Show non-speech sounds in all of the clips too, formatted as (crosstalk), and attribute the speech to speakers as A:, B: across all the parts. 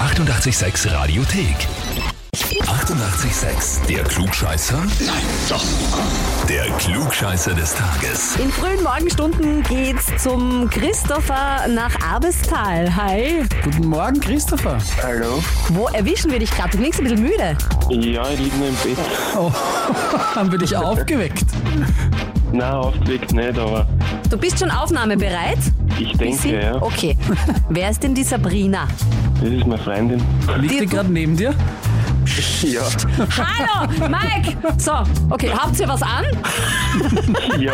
A: 886 Radiothek. 88,6. Der Klugscheißer? Nein, doch. Der Klugscheißer des Tages.
B: In frühen Morgenstunden geht's zum Christopher nach Abestal. Hi.
C: Guten Morgen, Christopher.
D: Hallo?
B: Wo erwischen wir dich gerade? Du klingst ein bisschen müde.
D: Ja, ich liege noch im Bett.
C: Oh, haben wir dich aufgeweckt?
D: Nein, aufgeweckt nicht, aber
B: Du bist schon aufnahmebereit?
D: ich denke, ja.
B: Okay. (laughs) Wer ist denn die Sabrina?
D: Das ist meine Freundin. (laughs)
C: Liegt die gerade neben dir?
D: Ja.
B: Hallo, Mike! So, okay, habt ihr was an?
D: Ja.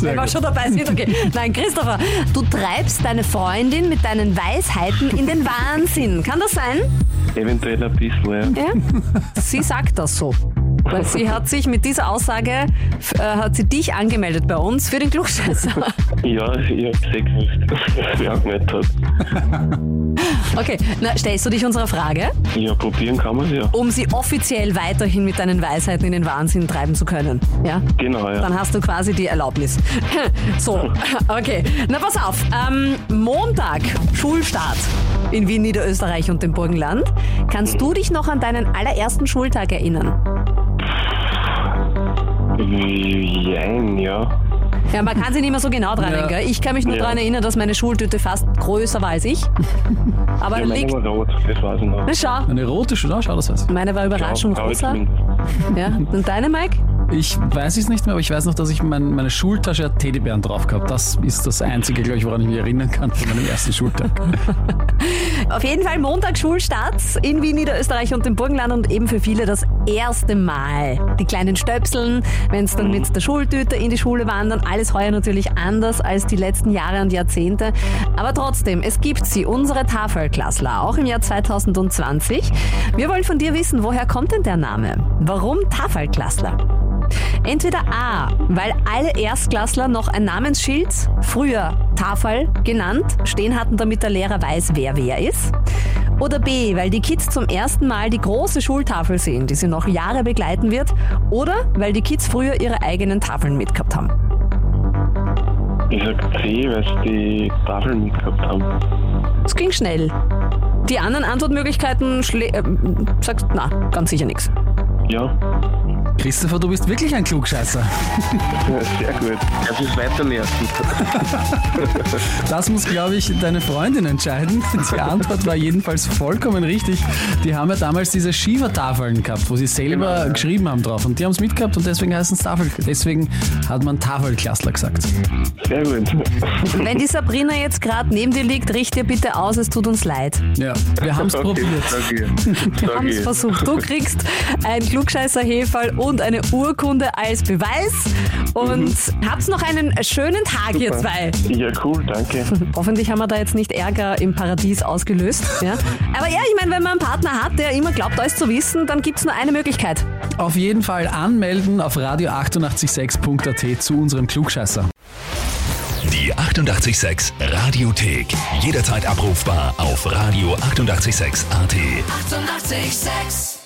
B: Wenn wir
C: gut.
B: schon dabei sind, okay. Nein, Christopher, du treibst deine Freundin mit deinen Weisheiten in den Wahnsinn. Kann das sein?
D: Eventuell ein bisschen, ja.
B: Ja, sie sagt das so. Weil sie hat sich mit dieser Aussage, f- äh, hat sie dich angemeldet bei uns für den Klugscheißer.
D: Ja, ich hab gesehen, was sie angemeldet hat.
B: Okay, na, stellst du dich unserer Frage,
D: Ja, probieren kann man ja.
B: um sie offiziell weiterhin mit deinen Weisheiten in den Wahnsinn treiben zu können? Ja?
D: Genau, ja.
B: Dann hast du quasi die Erlaubnis. (laughs) So, okay. Na, pass auf. Ähm, Montag, Schulstart in Wien, Niederösterreich und dem Burgenland. Kannst du dich noch an deinen allerersten Schultag erinnern?
D: Jein, ja.
B: Ja, man kann sich nicht mehr so genau dran
C: Ja.
B: erinnern. Gell? Ich kann mich nur
D: Ja.
B: dran erinnern, dass meine Schultüte fast größer war als
D: (laughs)
B: ich. Aber
D: Ja, meine
B: liegt.
D: war rot, das weiß ich noch.
B: Na, schau,
C: Eine rote Schule, schau das was.
B: meine war überraschend
D: Grau- grau
B: rosa.
D: zumindest.
B: Ja. Und deine, Mike?
C: Ich weiß es nicht mehr, aber ich weiß noch, dass ich mein, meine Schultasche hat Teddybären drauf gehabt. Das ist das Einzige, glaube ich, woran ich mich erinnern kann von meinem ersten Schultag.
D: (laughs)
B: Auf jeden Fall Montag Schulstart in Wien, Niederösterreich und dem Burgenland und eben für viele das erste Mal. Die kleinen Stöpseln, wenn es dann mit der Schultüte in die Schule wandern, alles heuer natürlich anders als die letzten Jahre und Jahrzehnte. Aber trotzdem, es gibt sie, unsere Tafelklassler, auch im Jahr 2020. Wir wollen von dir wissen, woher kommt denn der Name? Warum Tafelklassler? Entweder A, weil alle Erstklässler noch ein Namensschild, früher Tafel genannt, stehen hatten, damit der Lehrer weiß, wer wer ist. Oder B, weil die Kids zum ersten Mal die große Schultafel sehen, die sie noch Jahre begleiten wird. Oder weil die Kids früher ihre eigenen Tafeln mitgehabt haben.
D: Ich sag C, weil sie die Tafel mitgehabt haben.
B: Es ging schnell. Die anderen Antwortmöglichkeiten schle äh, sagst, na, ganz sicher nichts.
D: Ja.
C: Christopher, du bist wirklich ein Klugscheißer.
D: ja sehr gut. Das ist weiter nerven.
C: Das muss, glaube ich, deine Freundin entscheiden. Die Antwort war jedenfalls vollkommen richtig. Die haben ja damals diese Shiva-Tafeln gehabt, wo sie selber
D: Genau, ja.
C: geschrieben haben drauf. Und die haben es mitgehabt und deswegen heißen es Tafel. Deswegen hat man Tafelklassler gesagt.
D: Sehr gut. (laughs)
B: Wenn die Sabrina jetzt gerade neben dir liegt, richt dir bitte aus, es tut uns leid.
C: Ja, wir haben es probiert.
D: Danke.
B: Wir haben es
D: Danke.
B: versucht. Du kriegst ein klugscheißer Hefall und eine Urkunde als Beweis. Und habt noch einen schönen Tag, ihr zwei.
D: Ja, cool, danke.
B: Hoffentlich haben wir da jetzt nicht Ärger im Paradies ausgelöst. Ja? Aber ja, ich meine, wenn man einen Partner hat, der immer glaubt, alles zu wissen, dann gibt's nur eine Möglichkeit.
C: Auf jeden Fall anmelden auf radio886.at zu unserem Klugscheißer.
A: Die 88,6 Radiothek. Jederzeit abrufbar auf radio886.at. 88,6.
E: Eighty-eight, sex.